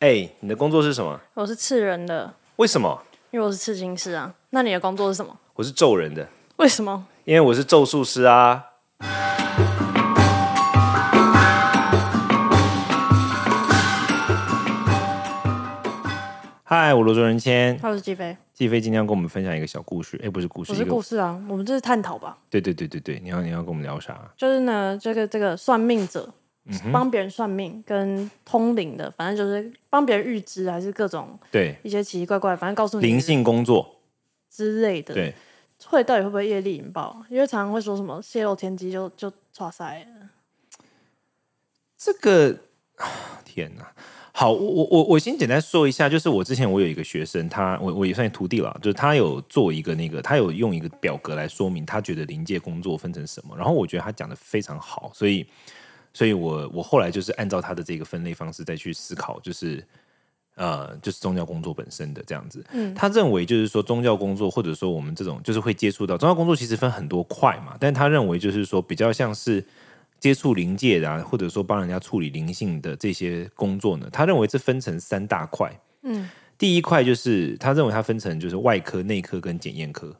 哎、你的工作是什么？我是刺人的，为什么？因为我是刺青师啊。那你的工作是什么？我是咒人的，为什么？因为我是咒术师啊。嗨，我罗卓人谦，他是鸡飞，季飞今天要跟我们分享一个小故事，哎、不是故事，我是一个故事啊。我们这是探讨吧，对对对对对，你要你要跟我们聊啥？就是呢，这个这个算命者嗯帮别人算命跟通灵的，反正就是帮别人预知，还是各种对，一些奇奇怪怪，反正告诉你灵性工作，之类的，对，会到底会不会业力引爆？因为常常会说什么泄露天机就就垮塞了。这个 啊天哪！好，我我我我先简单说一下，就是我之前我有一个学生，他我我也算徒弟了，就是他有做一个那个，他有用一个表格来说明他觉得临界工作分成什么，然后我觉得他讲的非常好，所以所以我我后来就是按照他的这个分类方式再去思考，就是呃，就是宗教工作本身的这样子。嗯，他认为就是说宗教工作，或者说我们这种就是会接触到宗教工作，其实分很多块嘛，但他认为就是说比较像是接触灵界的、啊，或者说帮人家处理灵性的这些工作呢，他认为这分成三大块。嗯，第一块就是他认为它分成就是外科、内科跟检验科，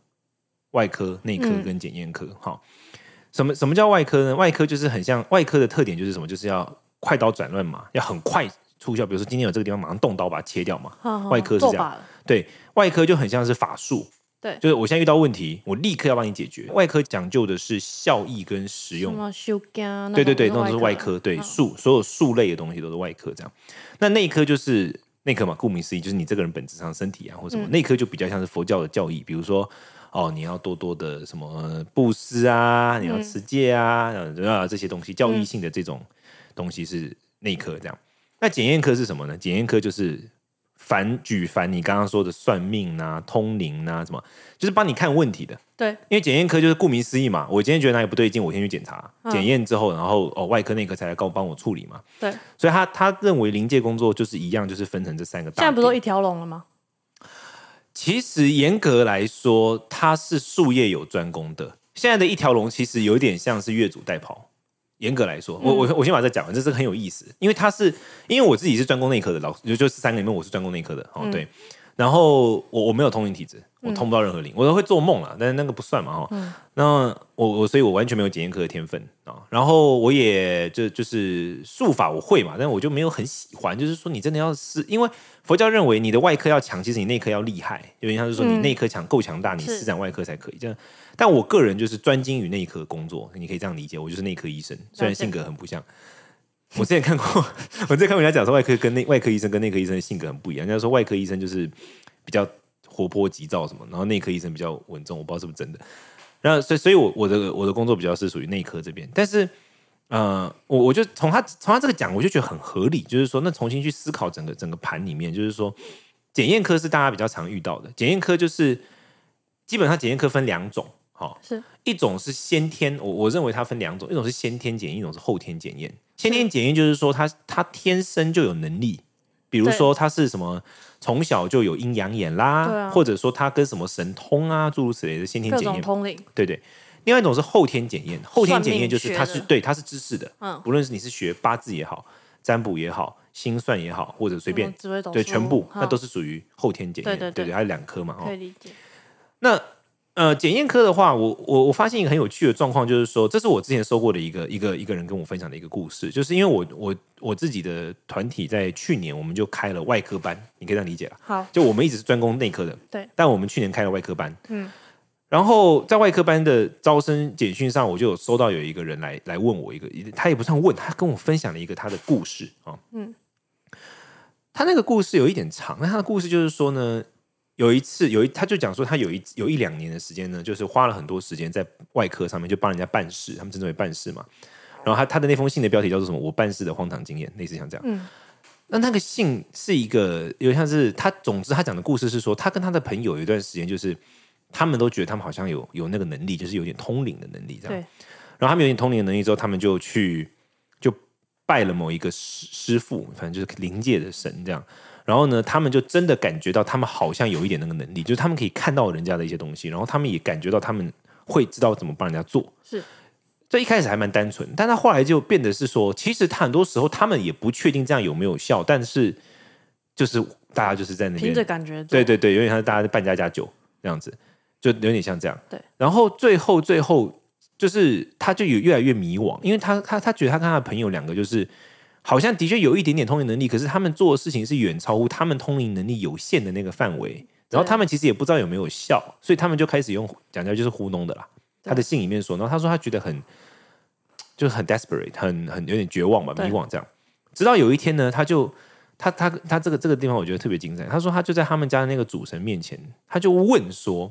外科、内科跟检验科。好、什么什么叫外科呢？外科就是很像外科的特点就是什么，就是要快刀斩乱麻，要很快出效。比如说今天有这个地方，马上动刀把它切掉嘛。哈哈外科是这做样法了，对外科就很像是法术，对就是我现在遇到问题，我立刻要帮你解决。外科讲究的是效益跟实什用么修肝？对对对，那种嗯种都是外科，嗯对术所有术类的东西都是外科这样。那内科就是内科嘛，顾名思义，就是你这个人本质上身体啊或什么，内科就比较像是佛教的教义，比如说哦，你要多多的什么布施啊，你要持戒啊，啊这些东西，教义性的这种东西是内科这样。那检验科是什么呢？检验科就是凡举凡你刚刚说的算命啊、通灵啊什么，就是帮你看问题的。对，因为检验科就是顾名思义嘛，我今天觉得哪里不对劲，我先去检查，嗯检验之后，然后哦外科内科才来告帮我处理嘛。对，现所以他他认为临界工作就是一样，就是分成这三个大点。在不是都一条龙了吗？其实严格来说，他是术业有专攻的。现在的一条龙其实有点像是越俎代庖。严格来说，我我我先把这讲完，这是很有意思，因为他是因为我自己是专攻内科的，老就就是三个里面我是专攻内科的哦，对。然后我我没有通灵体质，我通不到任何灵，我都会做梦啦，啊但是那个不算嘛哈、哦。那我我所以，我完全没有检验科的天分啊、然后我也就就是术法我会嘛，但我就没有很喜欢。就是说，你真的要是因为佛教认为你的外科要强，其实你内科要厉害，有点像是说你内科强够强大，你是施展外科才可以。这样，但我个人就是专精于内科工作，你可以这样理解，我就是内科医生，虽然了解性格很不像。我之前看过， 我之前看过人家讲说外科跟内外科医生跟内科医生的性格很不一样，人家说外科医生就是比较活泼急躁什么，然后内科医生比较稳重，我不知道是不是真的。然后所以所以我我的我的工作比较是属于内科这边，但是呃，我我就从他从他这个讲，我就觉得很合理，就是说那重新去思考整个整个盘里面，就是说检验科是大家比较常遇到的，检验科就是基本上检验科分两种，好、是一种是先天，我我认为它分两种，一种是先天检验，一种是后天检验。先天检验就是说他他天生就有能力，比如对说他是什么从小就有阴阳眼啦，对啊或者说他跟什么神通啊，诸如此类的先天各检种验。通灵，对对。另外一种是后天检验，后天算命检验就是它是学的对它是知识的，嗯不论是你是学八字也好，占卜也好，心算也好，或者随便什么紫微斗对数全部，哈那都是属于后天检验。对嗯对对对还有两科嘛，哦可以理解。那呃，检验科的话，我我我发现一个很有趣的状况，就是说，这是我之前收过的一个一个一个人跟我分享的一个故事，就是因为我我我自己的团体在去年我们就开了外科班，你可以这样理解了，好，就我们一直是专攻内科的，哦对，但我们去年开了外科班，嗯，然后在外科班的招生简讯上，我就有收到有一个人来来问我一个，他也不算问，他跟我分享了一个他的故事啊，嗯，他那个故事有一点长，那他的故事就是说呢，有一次有一他就讲说他有一有一两年的时间呢，就是花了很多时间在外科上面就帮人家办事，他们称之为办事嘛，然后他他的那封信的标题叫做什么？我办事的荒唐经验，类似像这样，嗯那那个信是一个有点像是他，总之他讲的故事是说，他跟他的朋友有一段时间，就是他们都觉得他们好像有有那个能力，就是有点通灵的能力这样。对然后他们有点通灵的能力之后，他们就去就拜了某一个师师傅，反正就是灵界的神这样。然后呢，他们就真的感觉到他们好像有一点那个能力，就是他们可以看到人家的一些东西，然后他们也感觉到他们会知道怎么帮人家做。是这一开始还蛮单纯，但他后来就变得是说，其实他很多时候他们也不确定这样有没有效，但是就是大家就是在那凭边着感觉做，对对对，有点像是大家在扮家家酒这样子，就有点像这样。对，然后最后最后就是他就有越来越迷惘，因为他他他觉得他跟他的朋友两个就是好像的确有一点点通灵能力，可是他们做的事情是远超乎他们通灵能力有限的那个范围。然后他们其实也不知道有没有效，所以他们就开始用讲起来就是糊弄的啦。对他的信里面说，然后他说他觉得很就是很 desperate，很很有点绝望吧，对迷惘这样。直到有一天呢，他就他他他这个这个地方我觉得特别精彩。他说他就在他们家的那个主神面前，他就问说，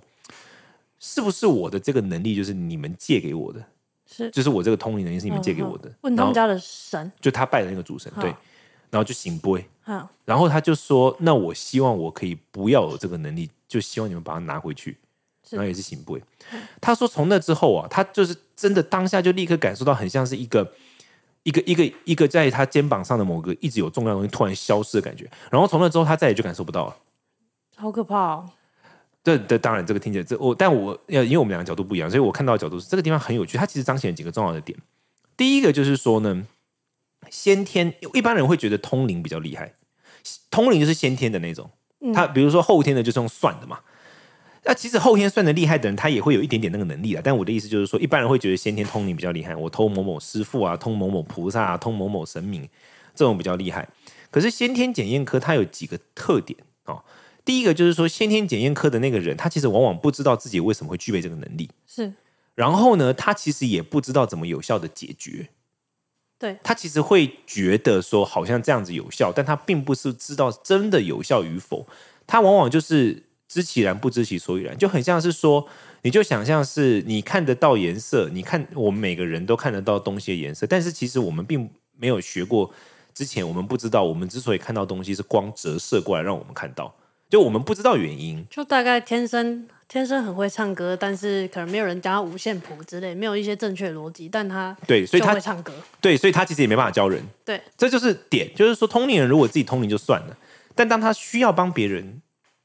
是不是我的这个能力就是你们借给我的？是就是我这个通灵能力是你们借给我的。嗯问他然们后家的神，就他拜的那个主神，对好，然后就醒杯。哈，然后他就说：“那我希望我可以不要有这个能力，就希望你们把它拿回去。”是然后也是醒不会。他说从那之后啊，他就是真的当下就立刻感受到，很像是一个一个一个一个在他肩膀上的某个一直有重量的东西突然消失的感觉。然后从那之后，他再也就感受不到了。好可怕哦，这这当然，这个听起来这我，但我呃，因为我们两个角度不一样，所以我看到的角度是这个地方很有趣。它其实彰显了几个重要的点。第一个就是说呢，先天一般人会觉得通灵比较厉害，通灵就是先天的那种。他比如说后天的就是用算的嘛。那其实后天算的厉害的人，他也会有一点点那个能力啊。但我的意思就是说，一般人会觉得先天通灵比较厉害，我通某某师傅啊，通某某菩萨啊，通某某神明这种比较厉害。可是先天检验科它有几个特点哦。第一个就是说，先天检验科的那个人，他其实往往不知道自己为什么会具备这个能力，是然后呢，他其实也不知道怎么有效的解决。对他其实会觉得说好像这样子有效，但他并不是知道真的有效与否。他往往就是知其然不知其所以然，就很像是说，你就想象是你看得到颜色，你看我们每个人都看得到东西的颜色，但是其实我们并没有学过之前，我们不知道我们之所以看到东西是光折射过来让我们看到，就我们不知道原因。就大概天生天生很会唱歌，但是可能没有人教他五线谱之类，没有一些正确逻辑，但他对，所以就他会唱歌，对，所以他其实也没办法教人。对，这就是点，就是说通灵人如果自己通灵就算了，但当他需要帮别人，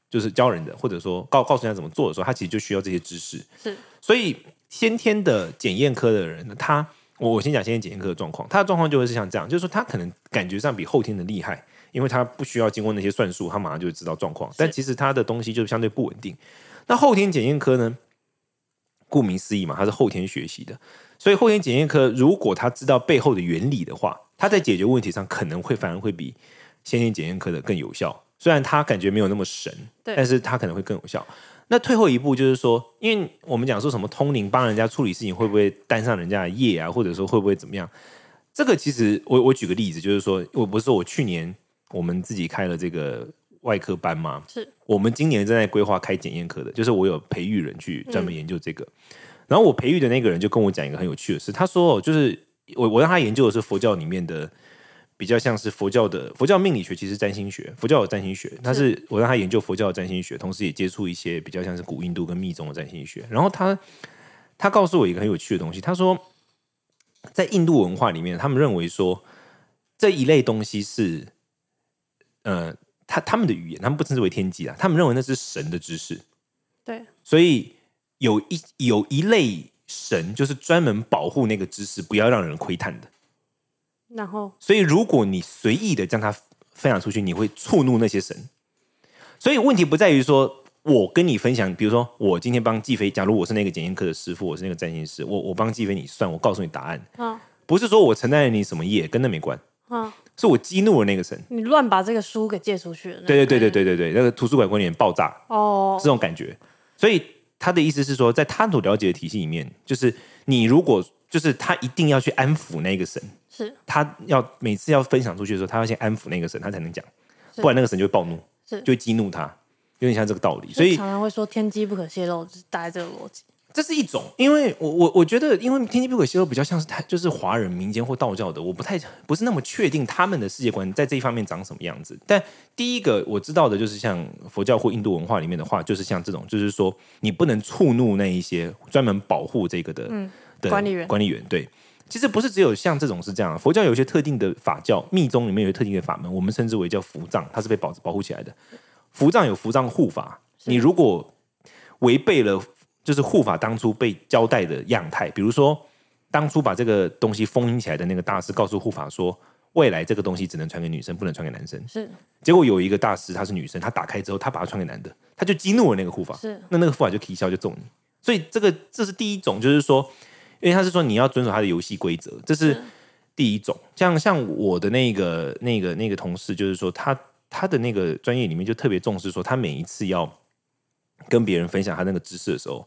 就是教人的，或者说告告诉人家怎么做的时候，他其实就需要这些知识。是所以先天的检验科的人呢，他我我先讲先天检验科的状况，他的状况就会是像这样，就是说他可能感觉上比后天的厉害，因为他不需要经过那些算术，他马上就知道状况。但其实他的东西就相对不稳定。那后天检验科呢，顾名思义嘛，它是后天学习的，所以后天检验科如果他知道背后的原理的话，他在解决问题上可能会反而会比先天检验科的更有效。虽然他感觉没有那么神，对但是他可能会更有效。那退后一步就是说，因为我们讲说什么通灵帮人家处理事情，会不会担上人家的业啊，或者说会不会怎么样？这个其实我我举个例子，就是说我不是说我去年我们自己开了这个外科班嘛，是我们今年正在规划开检验科的，就是我有培育人去专门研究这个。然后我培育的那个人就跟我讲一个很有趣的事，他说哦就是我我让他研究的是佛教里面的比较像是佛教的佛教命理学，其实占星学，佛教有占星学，但是我让他研究佛教的占星学，同时也接触一些比较像是古印度跟密宗的占星学。然后他他告诉我一个很有趣的东西，他说在印度文化里面，他们认为说这一类东西是呃。他他们的语言，他们不称之为天机啊，他们认为那是神的知识。对所以有一有一类神就是专门保护那个知识，不要让人窥探的。然后所以如果你随意的将它分享出去，你会触怒那些神。所以问题不在于说我跟你分享，比如说我今天帮季飞，假如我是那个检验科的师傅，我是那个占星师，我我帮季飞你算，我告诉你答案，啊不是说我承担了你什么业，跟那没关，啊，是我激怒了那个神。你乱把这个书给借出去了，对对对对对对对，那个图书馆管理员爆炸，哦这，种感觉。所以他的意思是说，在他所了解的体系里面，就是你如果就是他一定要去安抚那个神，是他要每次要分享出去的时候，他要先安抚那个神，他才能讲，不然那个神就会暴怒，是就会激怒他，有点像这个道理。所以常常会说天机不可泄露，就是大概这个逻辑，这是一种，因为我我我觉得，因为天机不可泄露比较像是他就是华人民间或道教的，我不太不是那么确定他们的世界观在这一方面长什么样子。但第一个我知道的就是像佛教或印度文化里面的话，就是像这种，就是说你不能触怒那一些专门保护这个的、的嗯管理员管理员对。其实不是只有像这种是这样，佛教有一些特定的法教，密宗里面有特定的法门，我们称之为叫伏藏，它是被保保护起来的。伏藏有伏藏护法，你如果违背了就是护法当初被交代的样态，比如说当初把这个东西封印起来的那个大师告诉护法说：“未来这个东西只能传给女生，不能传给男生。是结果有一个大师，她是女生，她打开之后，她把它传给男的，她就激怒了那个护法，是那那个护法就提消就中你。所以这个这是第一种，就是说，因为他是说你要遵守他的游戏规则，这是第一种。像像我的那个那个那个同事，就是说他他的那个专业里面就特别重视说，他每一次要跟别人分享他那个知识的时候，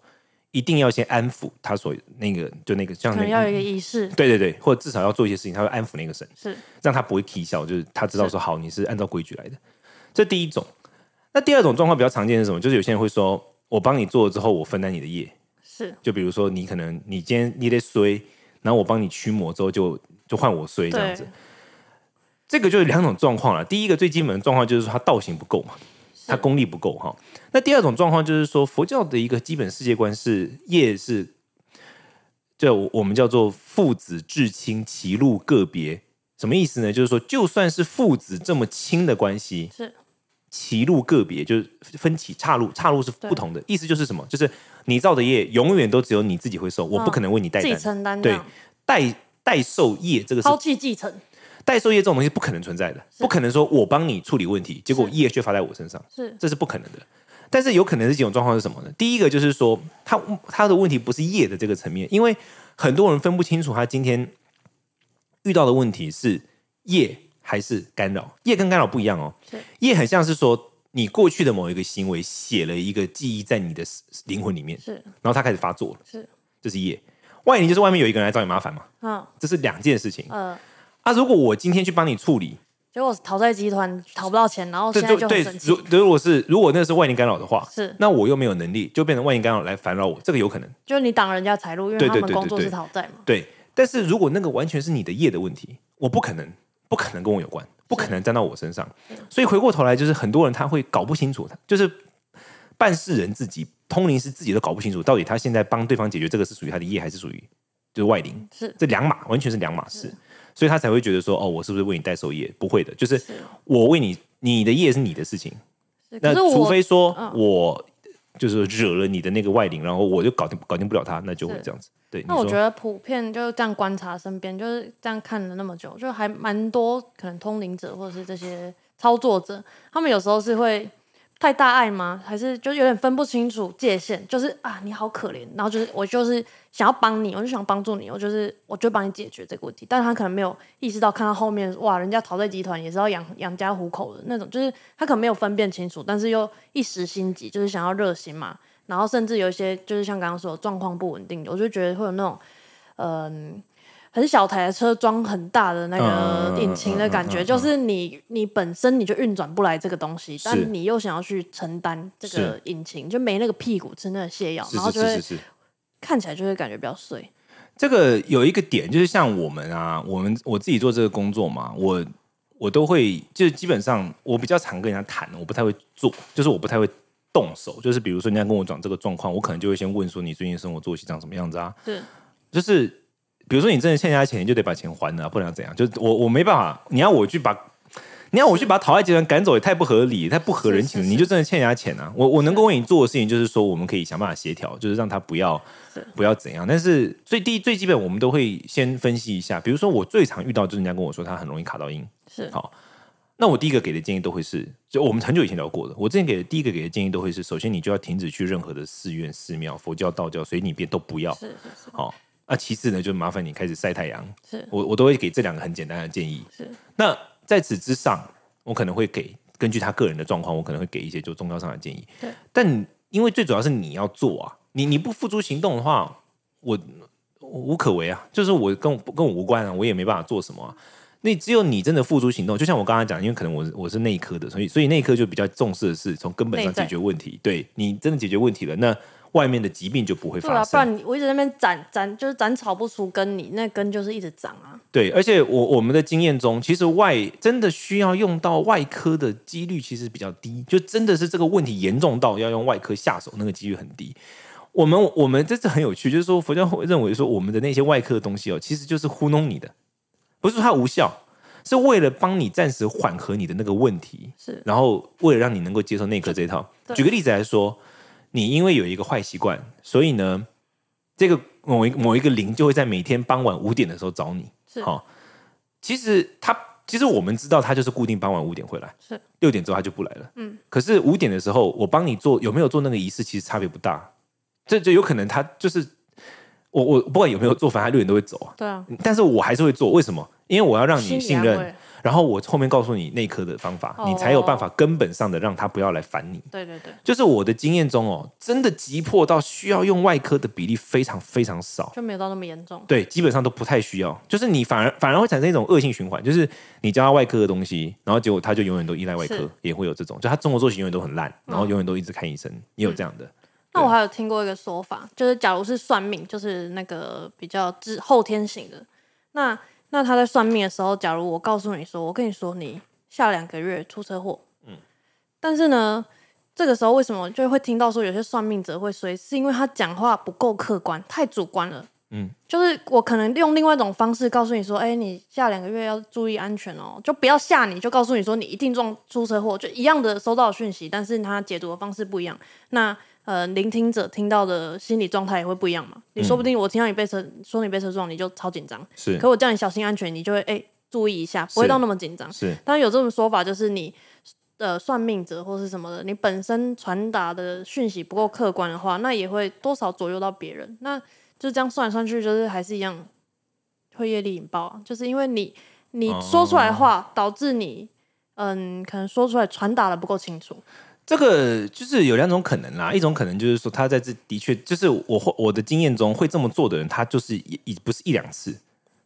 一定要先安抚他所那个就那个像可那能要个。有一个仪式，对对对，或者至少要做一些事情，他会安抚那个神。是让他不会踢笑，就是他知道说好，你是按照规矩来的。这第一种。那第二种状况比较常见是什么？就是有些人会说，我帮你做了之后，我分担你的业。是，就比如说，你可能你今天你得衰，然后我帮你驱魔之后就，就换我衰这样对子。这个就是两种状况了。第一个最基本的状况就是说他道行不够嘛，他功力不够哈。那第二种状况就是说，佛教的一个基本世界观是业是，就我我们叫做父子至亲，歧路个别。什么意思呢？就是说，就算是父子这么亲的关系，是歧路个别，就是分歧岔路，岔路是不同的。意思就是什么？就是你造的业永远都只有你自己会受，我不可能为你代嗯自己担。承担这对样，，代代受业这个是抛弃继承代受业这种东西不可能存在的，不可能说我帮你处理问题，结果是业却发在我身上，是这是不可能的。但是有可能是几种状况是什么呢？第一个就是说，他他的问题不是业的这个层面，因为很多人分不清楚他今天遇到的问题是业还是干扰。业跟干扰不一样哦是，业很像是说你过去的某一个行为写了一个记忆在你的灵魂里面，是然后它开始发作了，是，这是业。外灵就是外面有一个人来找你麻烦嘛，嗯这是两件事情。呃，啊，如果我今天去帮你处理，结果讨债集团讨不到钱，然后这现在就对很生，气如，如果是如果那是外力干扰的话，是那我又没有能力，就变成外力干扰来烦扰我，这个有可能就是你挡人家财路，因对对为他们对工对作对是讨债嘛，对。但是如果那个完全是你的业的问题，我不可能，不可能跟我有关，不可能沾到我身上。所以回过头来，就是很多人他会搞不清楚，就是办事人自己、通灵师自己都搞不清楚，到底他现在帮对方解决这个是属于他的业，还是属于就是外灵，是这两码完全是两码事。所以他才会觉得说，哦，我是不是为你代受业？不会的，就是是我为你，你的业是你的事情，是可那是除我非说嗯我就是惹了你的那个外灵，然后我就搞定搞定不了他，那就会是这样子。对，那你我说觉得普遍就是这样观察身边，就是这样看了那么久，就还蛮多可能通灵者或者是这些操作者，他们有时候是会太大爱吗？还是就有点分不清楚界限？就是啊，你好可怜，然后就是我就是想要帮你，我就想帮助你，我就是我就帮你解决这个问题，但他可能没有意识到看到后面哇，人家讨债集团也是要养养家糊口的那种，就是他可能没有分辨清楚，但是又一时心急，就是想要热心嘛，然后甚至有一些就是像刚刚说的状况不稳定的，我就觉得会有那种，嗯、很小台的车装很大的那嗯嗯嗯个嗯引擎的感嗯嗯觉，嗯就是你你本身你就运转不来这个东西，是但你又想要去承担这个是引擎，就没那个屁股吃那个泻药，是然后是就是会是是，看起来就会感觉比较碎，这个有一个点就是像我们啊，我们我自己做这个工作嘛，我我都会就是基本上我比较常跟人家谈，我不太会做，就是我不太会动手，就是比如说人家跟我讲这个状况，我可能就会先问说你最近生活作息长什么样子啊，是就是比如说你真的欠人家钱，你就得把钱还了、啊不然要怎样？就是我我没办法，你要我去把你要我去把讨债集团赶走，也太不合理，太不合人情了。是是是你就真的欠人家钱啊！我我能够为你做的事情，就是说我们可以想办法协调，就是让他不要是不要怎样。但是最低最基本，我们都会先分析一下。比如说我最常遇到就是人家跟我说他很容易卡到音，是好那我第一个给的建议都会是，就我们很久以前聊过的，我之前给的第一个给的建议都会是，首先你就要停止去任何的寺院、寺庙、佛教、道教，随你便都不要。是是是好、那、其次呢，就麻烦你开始晒太阳。是我我都会给这两个很简单的建议。是那在此之上，我可能会给根据他个人的状况，我可能会给一些就宗教上的建议对。但因为最主要是你要做啊，你你不付诸行动的话，我我无可为啊，就是我跟我跟我无关啊，我也没办法做什么啊。那只有你真的付诸行动，就像我刚才讲，因为可能我是我是内科的，所以所以内科就比较重视的是从根本上内在解决问题。对你真的解决问题了，那外面的疾病就不会对发啊，不生。然你我一直在那边斩斩，就是斩草不除根，你那根就是一直长啊，对，而且我我们的经验中，其实外真的需要用到外科的几率其实比较低，就真的是这个问题严重到要用外科下手，那个几率很低。我们我们这次很有趣，就是说佛教会认为说我们的那些外科的东西哦，其实就是糊弄你的，不是说它无效，是为了帮你暂时缓和你的那个问题，是然后为了让你能够接受内科这一套。对举个例子来说，你因为有一个坏习惯，所以呢，这个某一某一个灵就会在每天傍晚五点的时候找你。是好、其实他其实我们知道他就是固定傍晚五点会来，是六点之后他就不来了。嗯，可是五点的时候，我帮你做有没有做那个仪式，其实差别不大。这就有可能他就是我我不管有没有做，反正他六点都会走啊。对啊，但是我还是会做，为什么？因为我要让你信心理安任慰，然后我后面告诉你内科的方法，哦你才有办法根本上的让他不要来烦你。对对对，就是我的经验中哦，真的急迫到需要用外科的比例非常非常少。就没有到那么严重。对，基本上都不太需要，就是你反而反而会产生一种恶性循环，就是你教他外科的东西，然后结果他就永远都依赖外科是，也会有这种，就他中国作息永远都很烂，然后永远都一直看医生，也有这样的。那我还有听过一个说法，就是假如是算命，就是那个比较治后天型的，那那他在算命的时候，假如我告诉你说，我跟你说你下两个月出车祸，嗯，但是呢，这个时候为什么就会听到说有些算命者会衰，是因为他讲话不够客观，太主观了。嗯，就是我可能用另外一种方式告诉你说，哎、你下两个月要注意安全哦，就不要吓你，就告诉你说你一定撞出车祸，就一样的收到讯息，但是他解读的方式不一样。那呃，聆听者听到的心理状态也会不一样嘛。你嗯说不定我听到你被车、说你被车撞，你就超紧张；是可我叫你小心安全，你就会哎、注意一下，不会是到那么紧张。是但是有这种说法，就是你呃算命者或是什么的，你本身传达的讯息不够客观的话，那也会多少左右到别人。那就这样算来算去，就是还是一样会业力引爆啊，就是因为你你说出来的话，哦导致你嗯可能说出来传达的不够清楚。这个就是有两种可能啦，一种可能就是说他在这的确就是我会我的经验中会这么做的人，他就是也也不是一两次，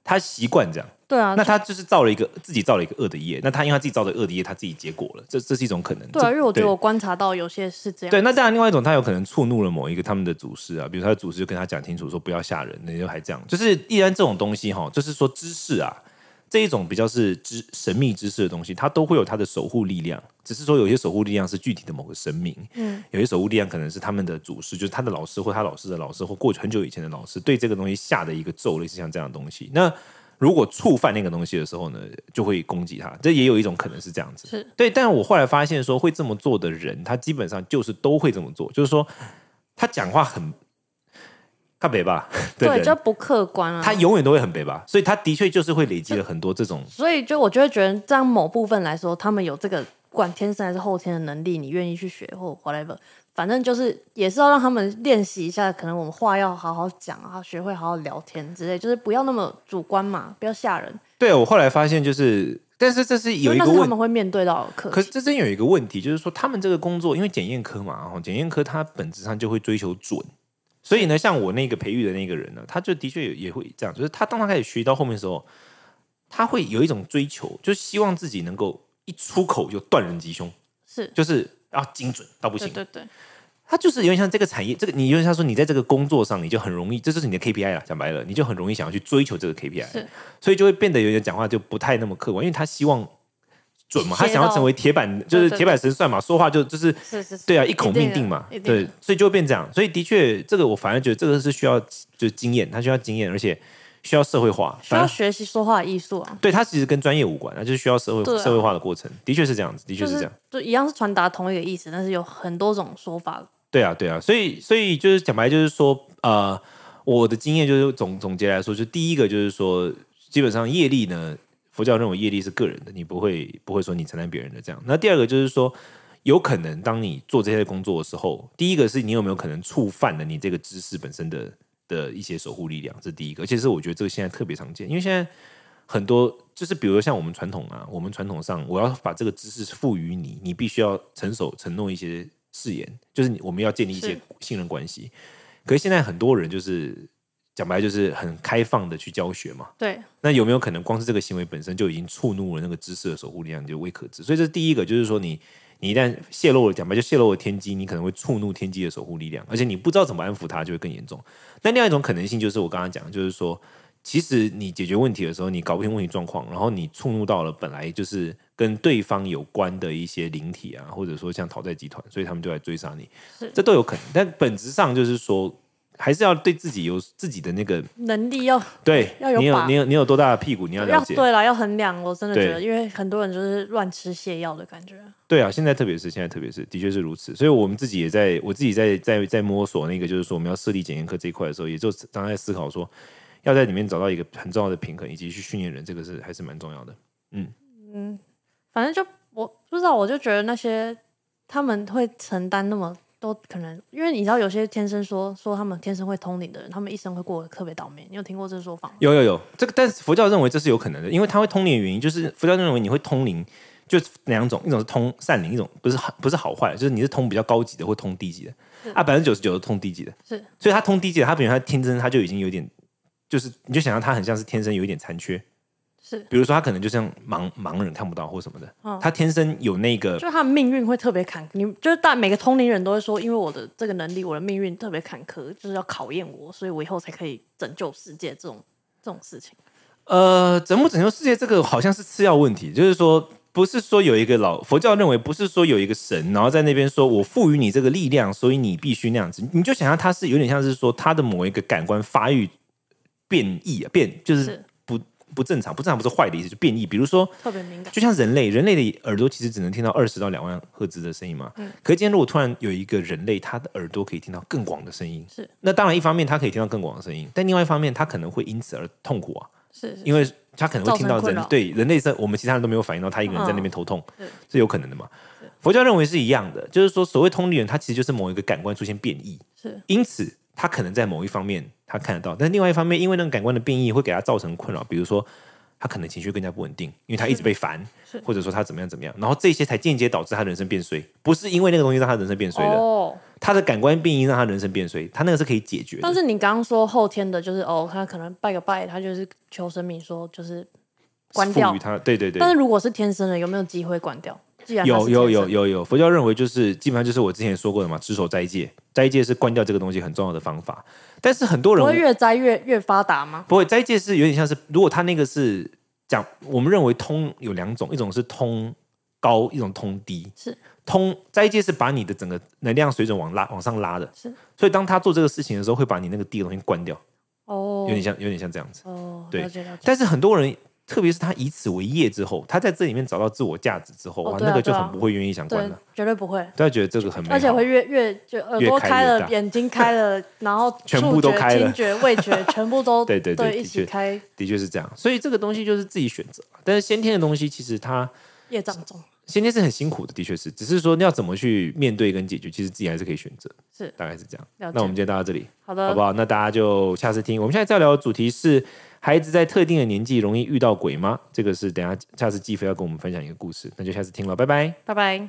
他习惯这样，对啊，那他就是造了一个自己造了一个恶的业，那他因为他自己造的恶的业，他自己结果了，这这是一种可能。对这啊，因为我觉得我观察到有些是这样。对，那当然，另外一种他有可能触怒了某一个他们的祖师啊，比如他的祖师就跟他讲清楚说不要吓人，那就还这样，就是依然这种东西哈，就是说知识啊这一种比较是知神秘知识的东西，它都会有它的守护力量，只是说有些守护力量是具体的某个神明，嗯，有些守护力量可能是他们的祖师，就是他的老师或他老师的老师或过去很久以前的老师对这个东西下的一个咒，类似像这样的东西。那如果触犯那个东西的时候呢，就会攻击他，这也有一种可能是这样子。是对，但我后来发现说，会这么做的人，他基本上就是都会这么做，就是说他讲话很看北吧的对，人，就不客观啊。他永远都会很北吧，所以他的确就是会累积了很多这种。所以就我就会觉得，这样某部分来说，他们有这个不管天生还是后天的能力，你愿意去学或 whatever，反正就是也是要让他们练习一下，可能我们话要好好讲啊，学会好好聊天之类，就是不要那么主观嘛，不要吓人。对我后来发现就是，但是这是有一那个是他问们会面对到的课可是题，这真有一个问题，就是说他们这个工作，因为检验科嘛，哦，检验科它本质上就会追求准，所以呢，像我那个培育的那个人呢，他就的确也会这样，就是他当他开始学到后面的时候，他会有一种追求，就希望自己能够一出口就断人吉凶，是就是啊精准到不对行。对对，他就是有点像这个产业，这个你有点像说你在这个工作上，你就很容易，这就是你的 KPI 了。讲白了，你就很容易想要去追求这个 KPI，是所以就会变得有点讲话就不太那么客观，因为他希望准嘛，切他到想要成为铁板，就对是对铁板神算嘛，说话就就是是是是，对啊，一口定命的定嘛，一定对的，所以就会变这样。所以的确，这个我反而觉得这个是需要就是经验，他需要经验，而且需要社会化，需反要而学习说话的艺术啊，对他其实跟专业无关，那就是需要社会对啊社会化的过程，的确是这样子，的确就是这样是。就一样是传达同一个意思，但是有很多种说法。对啊，对啊，所以所以就是讲白，就是说，呃，我的经验就是总总结来说，就第一个就是说，基本上业力呢，佛教认为业力是个人的，你不会不会说你承担别人的这样。那第二个就是说，有可能当你做这些工作的时候，第一个是你有没有可能触犯了你这个知识本身的的一些守护力量，这是第一个。而且是我觉得这个现在特别常见，因为现在很多就是比如说像我们传统啊，我们传统上我要把这个知识赋予你，你必须要承守承诺一些誓言，就是你我们要建立一些是信任关系。可是现在很多人就是讲白了就是很开放的去教学嘛，对，那有没有可能光是这个行为本身就已经触怒了那个知识的守护力量，你就未可知？所以这是第一个，就是说你你一旦泄露了，讲白就泄露了天机，你可能会触怒天机的守护力量，而且你不知道怎么安抚它，就会更严重。那另外一种可能性就是我刚刚讲的，就是说，其实你解决问题的时候，你搞不清问题状况，然后你触怒到了本来就是跟对方有关的一些灵体啊，或者说像讨债集团，所以他们就来追杀你是，这都有可能。但本质上就是说，还是要对自己有自己的那个能力要对，要有你有把你有你有多大的屁股，你要了要解。对了，要衡量。我真的对觉得，因为很多人就是乱吃泻药的感觉。对啊，现在特别是现在特别是，的确是如此。所以我们自己也在，我自己在在在摸索那个，就是说我们要设立检验课这一块的时候，也就当在思考说，要在里面找到一个很重要的平衡，以及去训练人，这个是还是蛮重要的。反正就我不知道，我就觉得那些他们会承担那么多，可能因为你知道有些天生说说他们天生会通灵的人，他们一生会过得特别倒霉。你有听过这个说法吗？有有有，这个但是佛教认为这是有可能的，因为它会通灵的原因就是佛教认为你会通灵，就两种，一种是通善灵，一种不是好不是好坏，就是你是通比较高级的或通低级的嗯啊，百分之九十九是通低级的，是，所以他通低级的，他比如他天生他就已经有点，就是你就想象他很像是天生有一点残缺，是，比如说他可能就像盲盲人看不到或什么的，嗯他天生有那个就是他们命运会特别坎坷。你就是大每个通灵人都会说，因为我的这个能力，我的命运特别坎坷，就是要考验我，所以我以后才可以拯救世界这种这种事情。呃，拯不拯救世界这个好像是次要问题，就是说不是说有一个老佛教认为不是说有一个神，然后在那边说我赋予你这个力量，所以你必须那样子，你就想象他是有点像是说他的某一个感官发育变异啊，变就是是不不正常，不正常不是坏的意思，就变异，比如说。特别敏感，就像人类，人类的耳朵其实只能听到二十到两万赫兹的声音嘛。可是今天如果突然有一个人类，他的耳朵可以听到更广的声音，是那当然一方面他可以听到更广的声音，但另外一方面他可能会因此而痛苦啊。是是因为他可能会听到造成困人扰对人类是，我们其他人都没有反应到他一个人在那边头痛，嗯是有可能的嘛？佛教认为是一样的，就是说所谓通灵人，他其实就是某一个感官出现变异，是因此他可能在某一方面他看得到，但另外一方面，因为那个感官的变异会给他造成困扰，比如说他可能情绪更加不稳定，因为他一直被烦，或者说他怎么样怎么样，然后这些才间接导致他人生变衰，不是因为那个东西让他人生变衰的，哦。他的感官变异让他人生变衰，他那个是可以解决的但。是你刚刚说后天的，就是哦，他可能拜个拜，他就是求神明说就是关掉赋予。他，对对对。但是如果是天生的，有没有机会关掉？既然他有是有天生有有有，佛教认为就是基本上就是我之前说过的嘛，持守斋戒，斋戒是关掉这个东西很重要的方法。但是很多不会人越栽越越发达吗？不会斋戒是有点像是，如果他那个是讲，我们认为通有两种，一种是通高，一种通低。是通斋戒是把你的整个能量水准往拉往上拉的，是所以当他做这个事情的时候，会把你那个低的东西关掉，哦有点像有点像这样子。哦，对了解了解。但是很多人，特别是他以此为业之后，他在这里面找到自我价值之后，哦哇，对啊那个就对啊很不会愿意想关对了，，绝对不会，大家觉得这个很美好，而且会越越就耳越朵开开越了大，眼睛 开了，然后全触部都觉开了听觉、味 觉全部都对对对的一确起开的确是这样，所以这个东西就是自己选择。啊但是先天的东西，其实它业障重。先天是很辛苦的，的确是，只是说你要怎么去面对跟解决，其实自己还是可以选择。是大概是这样。了解那我们今天到这里，好好的不，好？那大家就下次听。我们现在要聊的主题是孩子在特定的年纪容易遇到鬼吗？这个是等一下下次季飞要跟我们分享一个故事，那就下次听了，拜拜。拜拜。